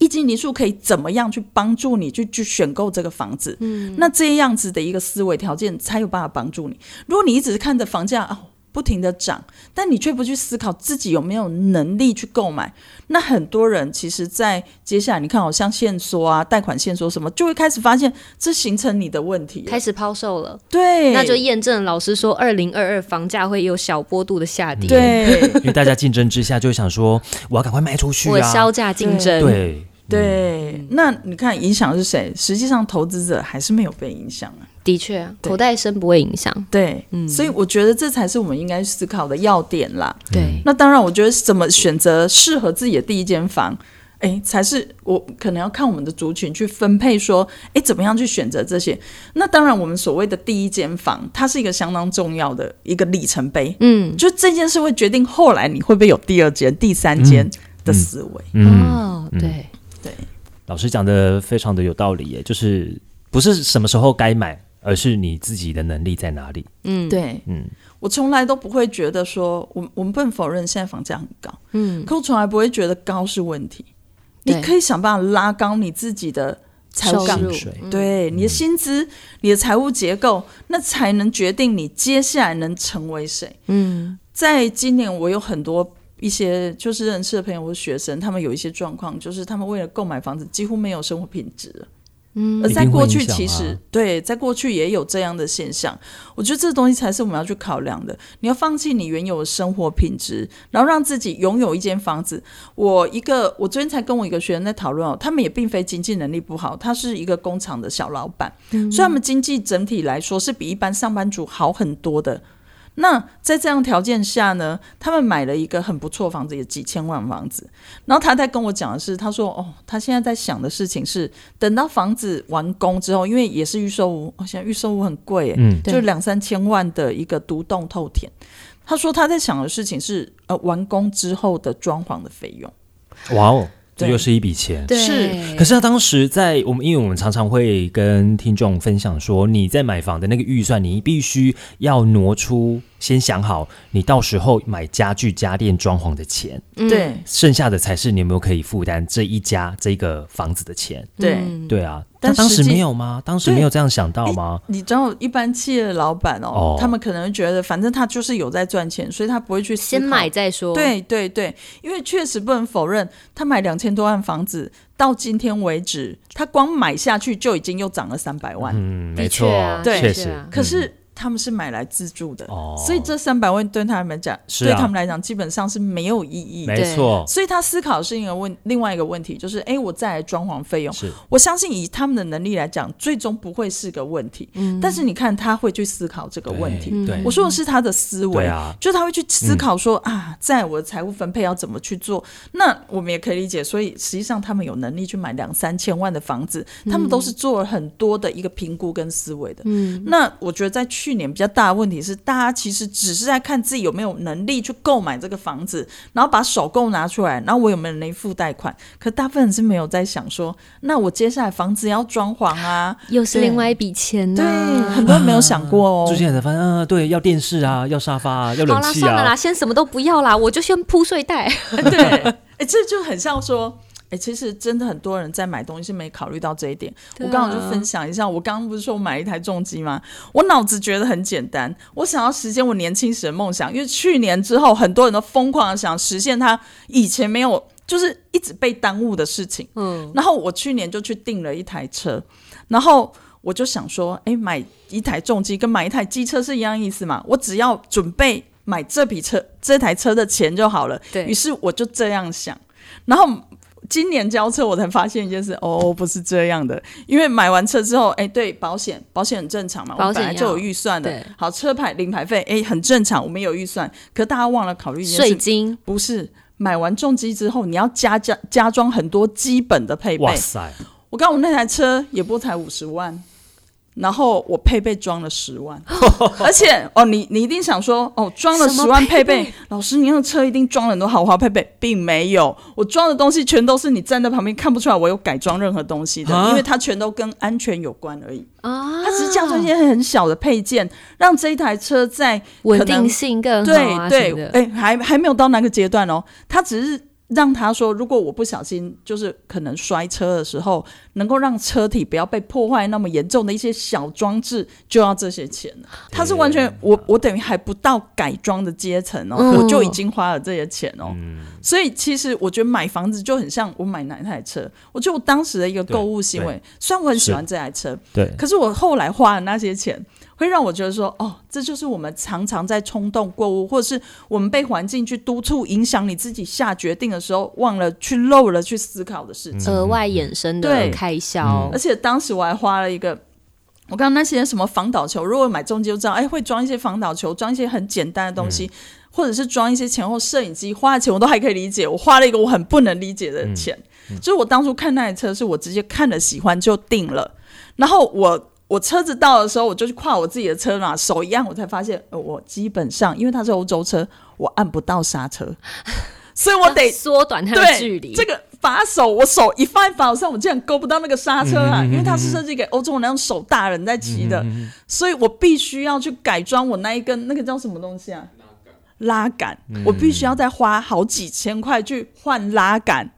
Speaker 3: 一金一数可以怎么样去帮助你去去选购这个房子？嗯，那这样子的一个思维条件才有办法帮助你。如果你一直看着房价哦不停的涨，但你却不去思考自己有没有能力去购买，那很多人其实，在接下来你看，好像限缩啊、贷款限缩什么，就会开始发现这形成你的问题了。
Speaker 2: 开始抛售了，
Speaker 3: 对，
Speaker 2: 那就验证老师说，二零二二房价会有小波度的下跌，
Speaker 3: 对，
Speaker 1: 因为大家竞争之下就会想说，我要赶快卖出去
Speaker 2: 我
Speaker 1: 啊
Speaker 2: 销，价竞争，
Speaker 1: 对，
Speaker 3: 对，那你看影响是谁？实际上投资者还是没有被影响啊。
Speaker 2: 的确，
Speaker 3: 对
Speaker 2: 口袋深不会影响，
Speaker 3: 对，所以我觉得这才是我们应该思考的要点啦。
Speaker 2: 对，
Speaker 3: 那当然，我觉得怎么选择适合自己的第一间房，哎，才是我可能要看我们的族群去分配说，哎，怎么样去选择这些？那当然，我们所谓的第一间房，它是一个相当重要的一个里程碑，
Speaker 2: 嗯，
Speaker 3: 就这件事会决定后来你会不会有第二间、第三间的思维。
Speaker 1: 嗯，
Speaker 2: 哦，对，
Speaker 1: 老师讲的非常的有道理耶，就是不是什么时候该买，而是你自己的能力在哪里。
Speaker 2: 嗯，
Speaker 3: 对，
Speaker 1: 嗯，
Speaker 3: 我从来都不会觉得说，我们我们不能否认现在房价很高，
Speaker 2: 嗯，
Speaker 3: 可我从来不会觉得高是问题。
Speaker 2: 对
Speaker 3: 你可以想办法拉高你自己的财务
Speaker 2: 收
Speaker 3: 杠
Speaker 2: 入
Speaker 1: 薪水
Speaker 2: 嗯
Speaker 3: 对你的薪资、你的财务结构，那才能决定你接下来能成为谁。
Speaker 2: 嗯
Speaker 3: 在今年，我有很多一些就是认识的朋友或学生，他们有一些状况，就是他们为了购买房子，几乎没有生活品质了。
Speaker 2: 嗯
Speaker 3: 而在过去，其
Speaker 1: 一定会影
Speaker 3: 实
Speaker 1: 响啊
Speaker 3: 对，在过去也有这样的现象。我觉得这东西才是我们要去考量的。你要放弃你原有的生活品质，然后让自己拥有一间房子。我一个，我昨天才跟我一个学生在讨论哦，他们也并非经济能力不好，他是一个工厂的小老板，所以他们经济整体来说是比一般上班族好很多的。那在这样条件下呢，他们买了一个很不错的房子，也几千万房子。然后他在跟我讲的是，他说：“哦，他现在在想的事情是，等到房子完工之后，因为也是预售屋，我、哦、现在预售屋很贵耶，
Speaker 1: 嗯
Speaker 2: 对
Speaker 3: 就两三千万的一个独栋透天。”他说他在想的事情是，呃，完工之后的装潢的费用。
Speaker 1: 哇哦，这
Speaker 3: 对
Speaker 1: 又是一笔钱。
Speaker 2: 对
Speaker 3: 是
Speaker 1: 可是他当时在我们，因为我们常常会跟听众分享说，你在买房的那个预算，你必须要挪出，先想好你到时候买家具、家电、装潢的钱，
Speaker 2: 嗯
Speaker 3: 对
Speaker 1: 剩下的才是你有没有可以负担这一家这个房子的钱。
Speaker 3: 对，
Speaker 2: 嗯
Speaker 1: 对啊，
Speaker 3: 但
Speaker 1: 但当时
Speaker 3: 实际
Speaker 1: 没有吗？当时没有这样想到吗？
Speaker 3: 你知道，一般企业的老板哦，
Speaker 1: 哦
Speaker 3: 他们可能会觉得，反正他就是有在赚钱，所以他不会去思考
Speaker 2: 先买再说。，
Speaker 3: 对对对，因为确实不能否认，他买两千多万房子，到今天为止，他光买下去就已经又涨了三百万。
Speaker 1: 嗯，
Speaker 2: 的
Speaker 1: 没
Speaker 2: 确
Speaker 1: 错
Speaker 2: 啊，
Speaker 3: 对
Speaker 1: 确
Speaker 2: 的
Speaker 1: 实
Speaker 2: 确啊。
Speaker 3: 可是他们是买来自住的，
Speaker 1: 哦
Speaker 3: 所以这三百万对他们讲，
Speaker 1: 是
Speaker 3: 对
Speaker 1: 啊
Speaker 3: 他们来讲基本上是没有意义的。
Speaker 1: 嗯没错，
Speaker 3: 所以他思考是一个问另外一个问题，就是哎，我再来装潢费用，
Speaker 1: 是
Speaker 3: 我相信以他们的能力来讲，最终不会是个问题。
Speaker 2: 嗯
Speaker 3: 但是你看，他会去思考这个问题。
Speaker 1: 对
Speaker 2: 嗯
Speaker 3: 我说的是他的思维，
Speaker 1: 对啊，
Speaker 3: 就他会去思考说、啊，在我的财务分配要怎么去做。那我们也可以理解，所以实际上他们有能力去买两三千万的房子，他们都是做了很多的一个评估跟思维的。
Speaker 2: 嗯，
Speaker 3: 那我觉得在去年比较大的问题是，大家其实只是在看自己有没有能力去购买这个房子，然后把首购拿出来，然后我有没有能力付贷款。可大部分人是没有在想说，那我接下来房子要装潢啊，
Speaker 2: 又是
Speaker 3: 对
Speaker 2: 另外一笔钱啊
Speaker 3: 对
Speaker 2: 呐、，
Speaker 3: 很多人没有想过哦。
Speaker 1: 最近才发现，嗯、对，要电视啊，要沙发啊，要
Speaker 2: 好
Speaker 1: 冷
Speaker 2: 啦，
Speaker 1: 气
Speaker 2: 算了
Speaker 1: 啊
Speaker 2: 啦，，先什么都不要啦，我就先铺睡袋。
Speaker 3: 对，哎、这就很像说，哎、其实真的很多人在买东西是没考虑到这一点。
Speaker 2: 对啊
Speaker 3: 我刚好就分享一下，我刚刚不是说我买一台重机吗？我脑子觉得很简单，我想要实现我年轻时的梦想，因为去年之后，很多人都疯狂的想实现他以前没有，就是一直被耽误的事情。
Speaker 2: 嗯，
Speaker 3: 然后我去年就去订了一台车，然后我就想说，哎，买一台重机跟买一台机车是一样意思嘛？我只要准备买这笔车这台车的钱就好了。
Speaker 2: 对
Speaker 3: 于是我就这样想，然后。今年交车，我才发现一件事，哦，不是这样的，因为买完车之后，哎，对，保险，保险很正常嘛，我
Speaker 2: 保
Speaker 3: 们
Speaker 2: 险
Speaker 3: 本来就
Speaker 2: 要
Speaker 3: 有预算
Speaker 2: 对
Speaker 3: 的，好，车牌、领牌费，哎，很正常，我们有预算，可大家忘了考虑一件
Speaker 2: 税
Speaker 3: 事，
Speaker 2: 金
Speaker 3: 不是买完重机之后，你要加加加装很多基本的配备
Speaker 1: 哇。塞，
Speaker 3: 我刚我那台车也不过才五十万，然后我配备装了十 万，而且哦，你你一定想说哦，装了
Speaker 2: 什么
Speaker 3: 十万
Speaker 2: 配
Speaker 3: 配
Speaker 2: 备
Speaker 3: 备，老师你那个车一定装了很多豪华配备，并没有，我装的东西全都是你站在旁边看不出来我有改装任何东西的
Speaker 1: 啊，
Speaker 3: 因为它全都跟安全有关而已，
Speaker 2: 啊，
Speaker 3: 它只是加装一些很小的配件，让这一台车在
Speaker 2: 稳
Speaker 3: 可能
Speaker 2: 定性更好啊什
Speaker 3: 对
Speaker 2: 么的
Speaker 3: 对，哎、还还没有到那个阶段哦。他只是让他说，如果我不小心，就是可能摔车的时候，能够让车体不要被破坏那么严重的一些小装置，就要这些钱了。他是完全，我我等于还不到改装的阶层哦，
Speaker 2: 嗯
Speaker 3: 我就已经花了这些钱哦。所以其实我觉得买房子就很像我买哪一台车，我觉得我当时的一个购物行为，虽然我很喜欢这台车，
Speaker 1: 对，
Speaker 3: 可是我后来花的那些钱，会让我觉得说，哦，这就是我们常常在冲动购物，或者是我们被环境去督促影响你自己下决定的时候，忘了去漏了去思考的事情。
Speaker 2: 额外衍生的
Speaker 3: 对嗯
Speaker 2: 开销
Speaker 3: 而。且当时我还花了一个，我刚刚那些什么防倒球，如果买中介就知道，哎，会装一些防倒球，装一些很简单的东西，或者是装一些前后摄影机，花的钱我都还可以理解，我花了一个我很不能理解的钱，就是我当初看那台车是我直接看了喜欢就定了，然后我。我车子到的时候，我就去跨我自己的车嘛，手一按，我才发现，呃我基本上因为它是欧洲车，我按不到刹车，所以我得
Speaker 2: 缩短它的
Speaker 3: 对
Speaker 2: 距离。
Speaker 3: 这个把手，我手一放一放，好像我竟然勾不到那个刹车啊，因为它是设计给欧洲人那种手大人在骑的，所以我必须要去改装我那一根那个叫什么东西啊？拉杆，我必须要再花好几千块去换拉杆。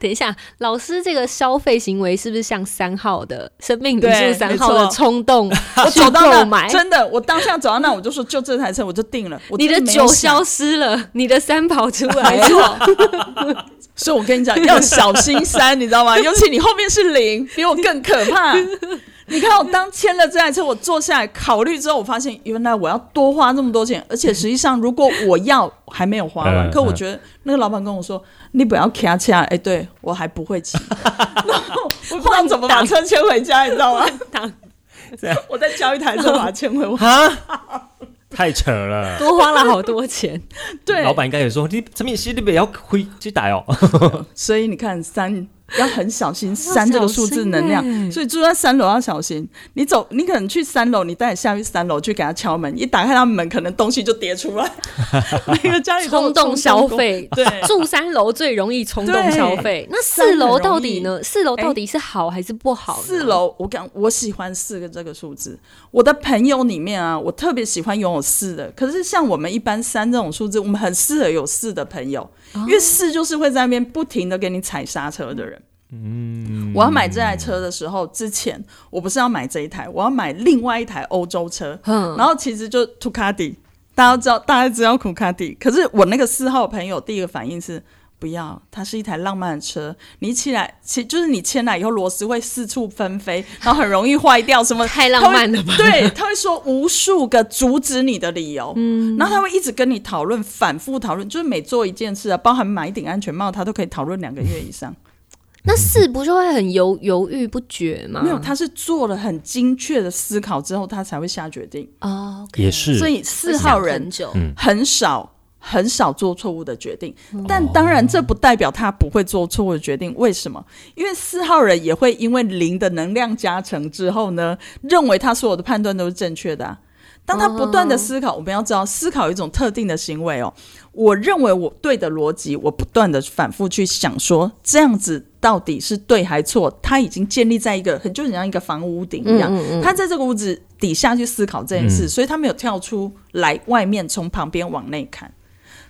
Speaker 2: 等一下，老师这个消费行为是不是像三号的生命指
Speaker 3: 对
Speaker 2: 数三号的
Speaker 3: 没错
Speaker 2: 冲 动
Speaker 3: 我
Speaker 2: 去
Speaker 3: 走到
Speaker 2: 购
Speaker 3: 那，
Speaker 2: 买？
Speaker 3: 真的，我当下走到那，我就说就这台车我就定了。我
Speaker 2: 你的
Speaker 3: 真没有
Speaker 2: 酒
Speaker 3: 想
Speaker 2: 消失了，你的三跑出来
Speaker 3: 没
Speaker 2: 了。
Speaker 3: 所以我跟你讲，要小心三，你知道 吗？尤其你后面是零，比我更可 怕。你看，我当签了这台车，我坐下来考虑之后，我发现原来我要多花这么多钱，而且实际上如果我要还没有花完，
Speaker 1: 嗯
Speaker 3: 可我
Speaker 1: 嗯
Speaker 3: 觉得那个老板跟我说，你不要卡卡，哎，对我还不 会骑，然后我不知道怎么把车牵回家，你知道吗？ 我再交一台车把它牵回我。
Speaker 1: 哈，
Speaker 3: 啊
Speaker 1: 太扯了。
Speaker 2: 多花了好多 钱，
Speaker 3: 对，
Speaker 1: 老板应该也说，你陈敏熙，你不要回去打 哦。
Speaker 3: 所以你看三要很小心，三这个数字能量，
Speaker 2: 小心欸
Speaker 3: 所以住在三楼要小心。你走，你可能去三楼，你带你下去三楼去给他敲门，一打开他门，可能东西就跌 出来。每个家里都有
Speaker 2: 冲动消，费。
Speaker 3: 对，
Speaker 2: 住三楼最容易冲动
Speaker 3: 对
Speaker 2: 消费，那
Speaker 3: 三
Speaker 2: 四楼
Speaker 3: 很容
Speaker 2: 到底
Speaker 3: 易
Speaker 2: 呢？四楼
Speaker 3: 哎
Speaker 2: 到底是好还是不好呢？啊
Speaker 3: 四楼，我讲我喜欢四个这个数字。我的朋友里面啊，我特别喜欢拥有四的。可是像我们一般三这种数字，我们很适合有四的朋友，因为四就是会在那边不停的给你踩刹车的人。嗯，我要买这台车的时候，之前我不是要买这一台，我要买另外一台欧洲车。
Speaker 2: 嗯
Speaker 3: 然后其实就图卡迪，大家都知道，大家知道图卡迪。可是我那个四号朋友第一个反应是。不要，它是一台浪漫的车。你一起来，其就是你牵来以后，螺丝会四处纷飞，然后很容易坏掉。什么
Speaker 2: 太 浪漫了吧
Speaker 3: 他会对，他会说无数个阻止你的理由，嗯，然后他会一直跟你讨论，反复讨论，就是每做一件事啊，包含买一顶安全帽，他都可以讨论两个月以上。
Speaker 2: 那四不就会很犹犹豫不决吗？
Speaker 3: 没有，他是做了很精确的思考之后，他才会下决定。
Speaker 2: 哦，
Speaker 1: 也是，
Speaker 3: 所以四号
Speaker 2: 会想
Speaker 3: 人
Speaker 2: 很久，
Speaker 3: 很少很少做错误的决定，但当然这不代表他不会做错误的决定。为什么？因为四号人也会因为零的能量加成之后呢，认为他所有的判断都是正确的啊、当他不断的思考，我们要知道，思考有一种特定的行为哦。我认为我对的逻辑，我不断的反复去想说，这样子到底是对还错？他已经建立在一个很就很像一个房屋顶
Speaker 2: 嗯
Speaker 3: 一样，他在这个屋子底下去思考这件事，所以他没有跳出来外面从旁边往内看。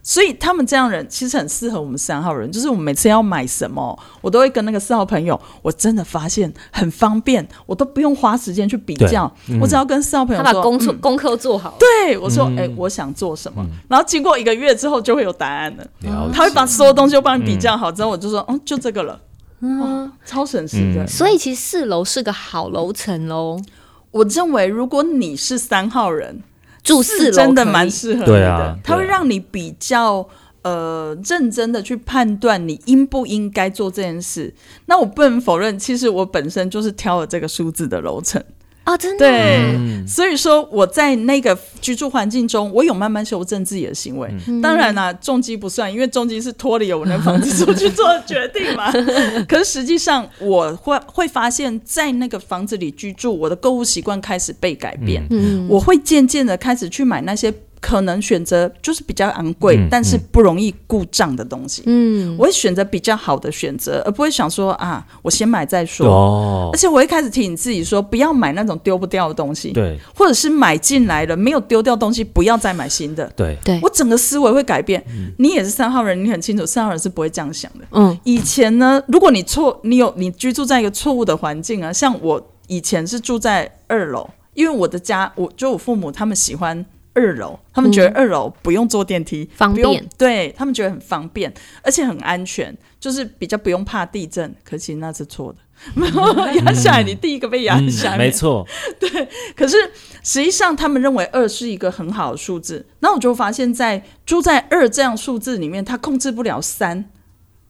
Speaker 3: 所以他们这样人其实很适合我们三号人，就是我们每次要买什么，我都会跟那个四号朋友，我真的发现很方便，我都不用花时间去比较，我只要跟四号朋友
Speaker 2: 嗯他把
Speaker 3: 说，
Speaker 2: 工作
Speaker 3: 嗯
Speaker 2: 功课做好了，
Speaker 3: 对我
Speaker 1: 嗯
Speaker 3: 说，哎、我想做什么，然后经过一个月之后就会有答案了。
Speaker 1: 了解
Speaker 3: 他会把所有东西都帮你比较好，之后我就说，嗯，就这个了，嗯，超省事的。
Speaker 1: 嗯
Speaker 2: 所以其实四楼是个好楼层喽，
Speaker 3: 嗯我认为，如果你是三号人，
Speaker 2: 住
Speaker 3: 是
Speaker 2: 四楼
Speaker 3: 真的
Speaker 2: 可以
Speaker 3: 蛮适合你
Speaker 1: 对
Speaker 3: 的，
Speaker 1: 啊
Speaker 3: 它会
Speaker 1: 对啊
Speaker 3: 让你比较。呃，认真的去判断你应不应该做这件事。那我不能否认，其实我本身就是挑了这个数字的楼层，
Speaker 2: 啊，真的
Speaker 3: 对，
Speaker 1: 嗯
Speaker 3: 所以说我在那个居住环境中，我有慢慢修正自己的行为。
Speaker 1: 嗯
Speaker 3: 当然啦、重击不算，因为重击是脱离我那房子出去做的决定嘛。可是实际上，我会会发现，在那个房子里居住，我的购物习惯开始被改变。
Speaker 1: 嗯
Speaker 2: 嗯
Speaker 3: 我会渐渐的开始去买那些可能选择就是比较昂贵，
Speaker 1: 嗯
Speaker 3: 但是不容易故障的东西。
Speaker 2: 嗯，
Speaker 3: 我会选择比较好的选择，而不会想说啊，我先买再说。
Speaker 1: 哦
Speaker 3: 而，且我会开始提醒自己说，不要买那种丢不掉的东西，
Speaker 1: 对
Speaker 3: 或者是买进来了没有丢掉东西，不要再买新的。
Speaker 1: 对，
Speaker 2: 对
Speaker 3: 我，整个思维会改变。
Speaker 1: 嗯
Speaker 3: 你也是三号人，你很清楚，三号人是不会这样想的。
Speaker 2: 嗯，
Speaker 3: 以前呢，如果你错，你有你居住在一个错误的环境啊，像我以前是住在二楼，因为我的家，我就我父母他们喜欢二楼，他们
Speaker 1: 嗯
Speaker 3: 觉得二楼不用坐电梯，
Speaker 2: 方
Speaker 3: 不用
Speaker 2: 便，
Speaker 3: 对他们觉得很方便，而且很安全，就是比较不用怕地震。可其实那是错的。 压下来，你第一个被压下来、
Speaker 1: 嗯没错，
Speaker 3: 可是实际上，他们认为二是一个很好的数字。那我就发现在，住在二这样数字里面，它控制不了三，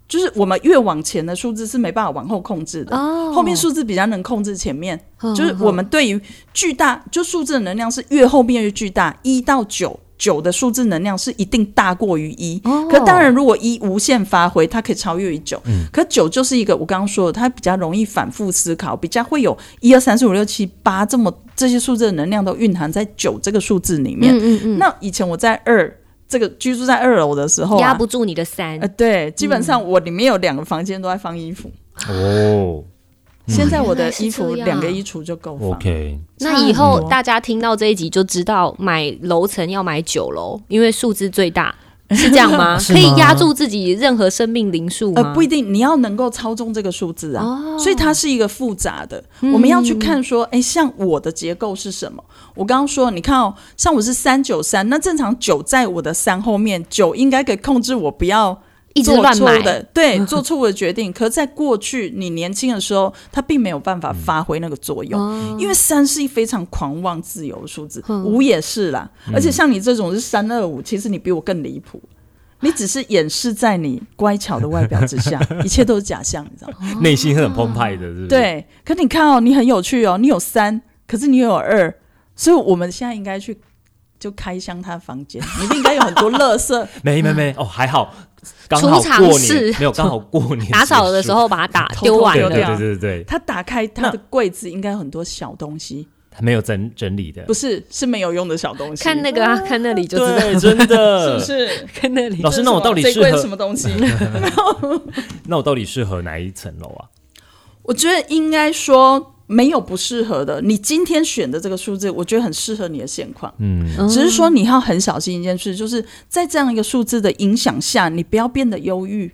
Speaker 3: 就是我们越往前的数字是没办法往后控制的。
Speaker 2: 哦
Speaker 3: 后面数字比较能控制前面，
Speaker 2: 嗯
Speaker 3: 就是我们对于巨大，就数字的能量是越后面越巨大，一到九。九的数字能量是一定大过于一、
Speaker 2: 哦
Speaker 3: 可当然，如果一无限发挥，它可以超越于九、可九就是一个我刚刚说的，它比较容易反复思考，比较会有一二三四五六七八这么这些数字的能量都蕴含在九这个数字里面。
Speaker 2: 嗯嗯嗯，
Speaker 3: 那以前我在二这个居住在二楼的时候、啊，
Speaker 2: 压不住嗯你的三
Speaker 3: 呃，，对，基本上我里面有两个房间都在放衣服。
Speaker 1: 哦
Speaker 3: 现在我
Speaker 2: 嗯原
Speaker 3: 的
Speaker 2: 来是
Speaker 3: 衣服
Speaker 2: 这样
Speaker 3: 两个衣橱就够放。
Speaker 1: ，OK，
Speaker 2: 那以后
Speaker 3: 差很多
Speaker 2: 大家听到这一集就知道买楼层要买九楼，因为数字最 大，是这样吗？
Speaker 1: 是
Speaker 2: 可
Speaker 1: 吗
Speaker 2: 以压住自己任何生命灵数吗？
Speaker 3: 呃，不一定，你要能够操纵这个数字啊，
Speaker 2: 哦
Speaker 3: 所以它是一个复杂的。我们要去看说，哎、像我的结构是什么？我刚刚说，你看哦，像我是三九三，那正常九在我的三后面，九应该可以控制我不要
Speaker 2: 一直
Speaker 3: 做
Speaker 2: 乱
Speaker 3: 错误
Speaker 2: 买
Speaker 3: 的， 对，做错误的决定。可是在过去你年轻的时候，它并没有办法发挥那个作
Speaker 2: 哦
Speaker 3: 用，因为三是一非常狂妄自由的数字，五也是啦。
Speaker 1: 嗯
Speaker 3: 而且像你这种是三二五，其实你比我更离谱。你只是掩饰在你乖巧的外表之 下，一切都是假象，你知道吗？
Speaker 1: 内心是很澎湃的，是不是？，
Speaker 3: 哦对。可你看哦，你很有趣哦，你有三，可是你也有二，所以我们现在应该去就开箱他房 间，你一定应该有很多垃圾，
Speaker 1: 没没
Speaker 3: 嗯
Speaker 1: 没，哦，还好，刚
Speaker 2: 储
Speaker 1: 好
Speaker 2: 藏
Speaker 1: 过
Speaker 2: 室
Speaker 1: 年没有，刚好过年
Speaker 2: 打扫的
Speaker 1: 结
Speaker 2: 时
Speaker 1: 束，
Speaker 2: 候把它打
Speaker 3: 偷偷
Speaker 2: 丢完
Speaker 1: 对
Speaker 3: 丢
Speaker 2: 了
Speaker 1: 对
Speaker 3: 掉
Speaker 1: 对对对，
Speaker 3: 他打开他的柜子，应该有很多小东西，
Speaker 1: 他没有整整理的
Speaker 3: 不，是是没有用的小东西。
Speaker 2: 看那个啊，看那里就知道，
Speaker 1: 对，真
Speaker 3: 是
Speaker 1: 的
Speaker 3: 不，是？
Speaker 2: 看那 里
Speaker 1: 呃老师，那我到底
Speaker 3: 这
Speaker 1: 适
Speaker 3: 柜什
Speaker 1: 合
Speaker 3: 么东西？
Speaker 1: 那我到底适合哪一层楼啊？
Speaker 3: 我觉得应该说没有不适合的。你今天选的这个数字，我觉得很适合你的现况。
Speaker 1: 嗯，
Speaker 3: 只是说你要很小心一件事，就是在这样一个数字的影响下，你不要变得忧郁。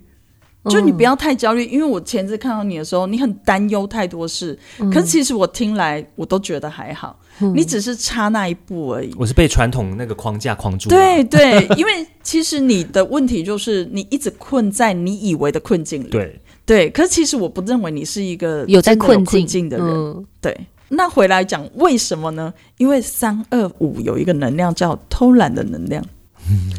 Speaker 3: 就你不要太焦虑，因为我前次看到你的时候，你很担忧太多事，可是其实我听来我都觉得还好，你只是差那一步而已。
Speaker 1: 我是啊被传统那个框架框住了，
Speaker 3: 对对，因为其实你的问题就是你一直困在你以为的困境里。
Speaker 1: 对，
Speaker 3: 对，可是其实我不认为你是一个
Speaker 2: 有在
Speaker 3: 真的困
Speaker 2: 困境
Speaker 3: 的人。
Speaker 2: 嗯
Speaker 3: 对，那回来讲为什么呢？因为三二五有一个能量叫偷懒的能量。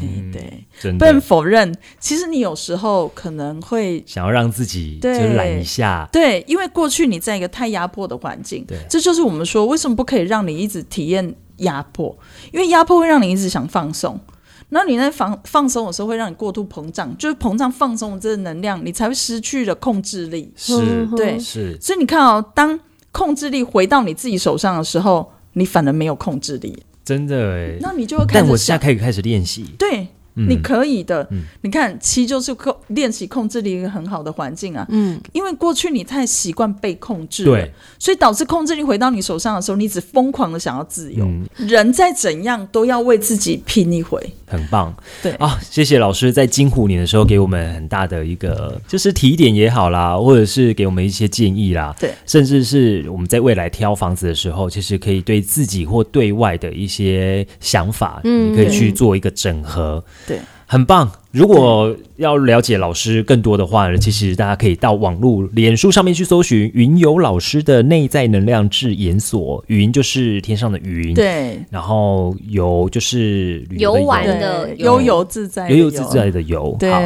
Speaker 3: 哎对，
Speaker 1: 真
Speaker 3: 不能
Speaker 1: 的
Speaker 3: 否认，其实你有时候可能会
Speaker 1: 想要让自己就
Speaker 3: 对
Speaker 1: 是懒一下，
Speaker 3: 对，因为过去你在一个太压迫的环境
Speaker 1: 对，
Speaker 3: 这就是我们说为什么不可以让你一直体验压迫，因为压迫会让你一直想放松。然后你在放放松的时候，会让你过度膨胀，就是膨胀放松的这个能量，你才会失去了控制力。
Speaker 1: 是，
Speaker 3: 对
Speaker 1: 是，
Speaker 3: 所以你看哦，当控制力回到你自己手上的时候，你反而没有控制力，
Speaker 1: 真的哎。
Speaker 3: 那你就会开
Speaker 1: 但我
Speaker 3: 始
Speaker 1: 现
Speaker 3: 想
Speaker 1: 在，可以开始练习，
Speaker 3: 对，
Speaker 1: 嗯
Speaker 3: 你可以的。你看，七就是控练习控制力一个很好的环境啊，
Speaker 2: 嗯，
Speaker 3: 因为过去你太习惯被控制了
Speaker 1: 对，，
Speaker 3: 所以导致控制力回到你手上的时候，你只疯狂的想要自由。
Speaker 1: 嗯，
Speaker 3: 人再怎样都要为自己拼一回。
Speaker 1: 很棒，
Speaker 3: 对
Speaker 1: 啊，谢谢老师在金虎年的时候给我们很大的一个，就是提点也好啦，或者是给我们一些建议啦，
Speaker 3: 对，
Speaker 1: 甚至是我们在未来挑房子的时候，其实可以对自己或对外的一些想法，
Speaker 2: 嗯
Speaker 1: 你可以去做一个整合，
Speaker 3: 对。
Speaker 1: 很棒！如果要了解老师更多的话呢，其实大家可以到网络、脸书上面去搜寻“云游老师的内在能量智研所”，云就是天上的云，
Speaker 3: 对，
Speaker 1: 然后游就是旅游的
Speaker 2: 游玩
Speaker 1: 游
Speaker 2: 真的
Speaker 3: 对
Speaker 2: 有
Speaker 3: 悠游自在，
Speaker 1: 悠悠自。在的游。
Speaker 3: 对
Speaker 1: 好，，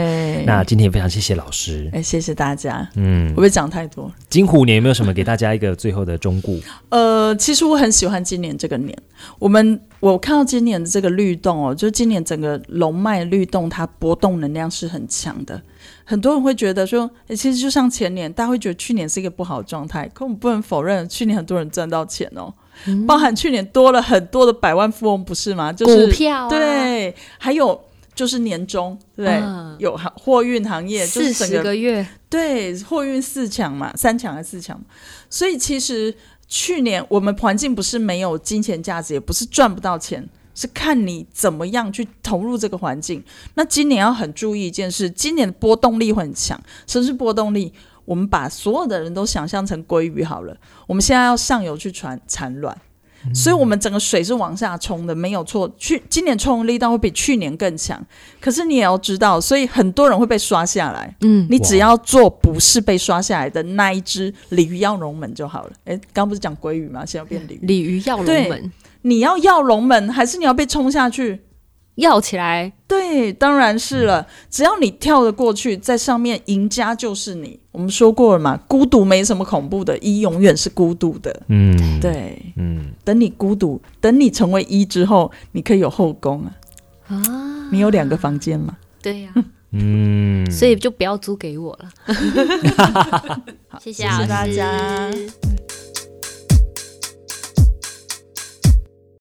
Speaker 1: 那今天也非常谢谢老师。
Speaker 3: 哎，谢谢大家。会
Speaker 1: 嗯
Speaker 3: 不，会讲太多？
Speaker 1: 金虎年有没有什么给大家一个最后的忠告？
Speaker 3: 呃，其实我很喜欢今年这个年。我们我看到今年的这个律动哦，就今年整个龙脉律动，它波动能量是很强的。很多人会觉得说，诶其实就像前年，大家会觉得去年是一个不好的状态，可我们不能否认，去年很多人赚到钱哦，
Speaker 2: 嗯
Speaker 3: 包含去年多了很多的百万富翁，不是吗？就是
Speaker 2: 股票啊
Speaker 3: 对，还有就是年终，对不对，
Speaker 2: 嗯
Speaker 3: 有行货运行业，就
Speaker 2: 四
Speaker 3: 是整
Speaker 2: 十
Speaker 3: 个
Speaker 2: 个月，
Speaker 3: 对，货运四强嘛，三强还是四强嘛？所以其实去年我们环境不是没有金钱价值，也不是赚不到钱，是看你怎么样去投入这个环境。那今年要很注意一件事，今年的波动力会很强。什么是波动力？我们把所有的人都想象成鲑鱼好了，我们现在要上游去产产卵。所以，我们整个水是往下冲的，没有错。去今年冲的力道会比去年更强，可是你也要知道，所以很多人会被刷下来。
Speaker 2: 嗯，
Speaker 3: 你只要做不是被刷下来的那一只鲤鱼跃龙门就好了。诶，刚不是讲鲑鱼吗？现在变鲤鱼。
Speaker 2: 鲤鱼跃龙
Speaker 3: 对
Speaker 2: 门，
Speaker 3: 你要跃龙门，还是你要被冲下去？
Speaker 2: 要起来，
Speaker 3: 对，当然是了。只要你跳得过去，在上面赢家就是你。我们说过了嘛，孤独没什么恐怖的，一永远是孤独的。
Speaker 1: 嗯，，
Speaker 3: 对，
Speaker 1: 嗯，
Speaker 3: 等你孤独，等你成为一之后，你可以有后宫啊。啊，你有两个房间嘛？
Speaker 2: 对呀，
Speaker 1: 嗯，
Speaker 3: 嗯
Speaker 2: 所以就不要租给我了。谢谢老师啊
Speaker 3: 谢谢大家。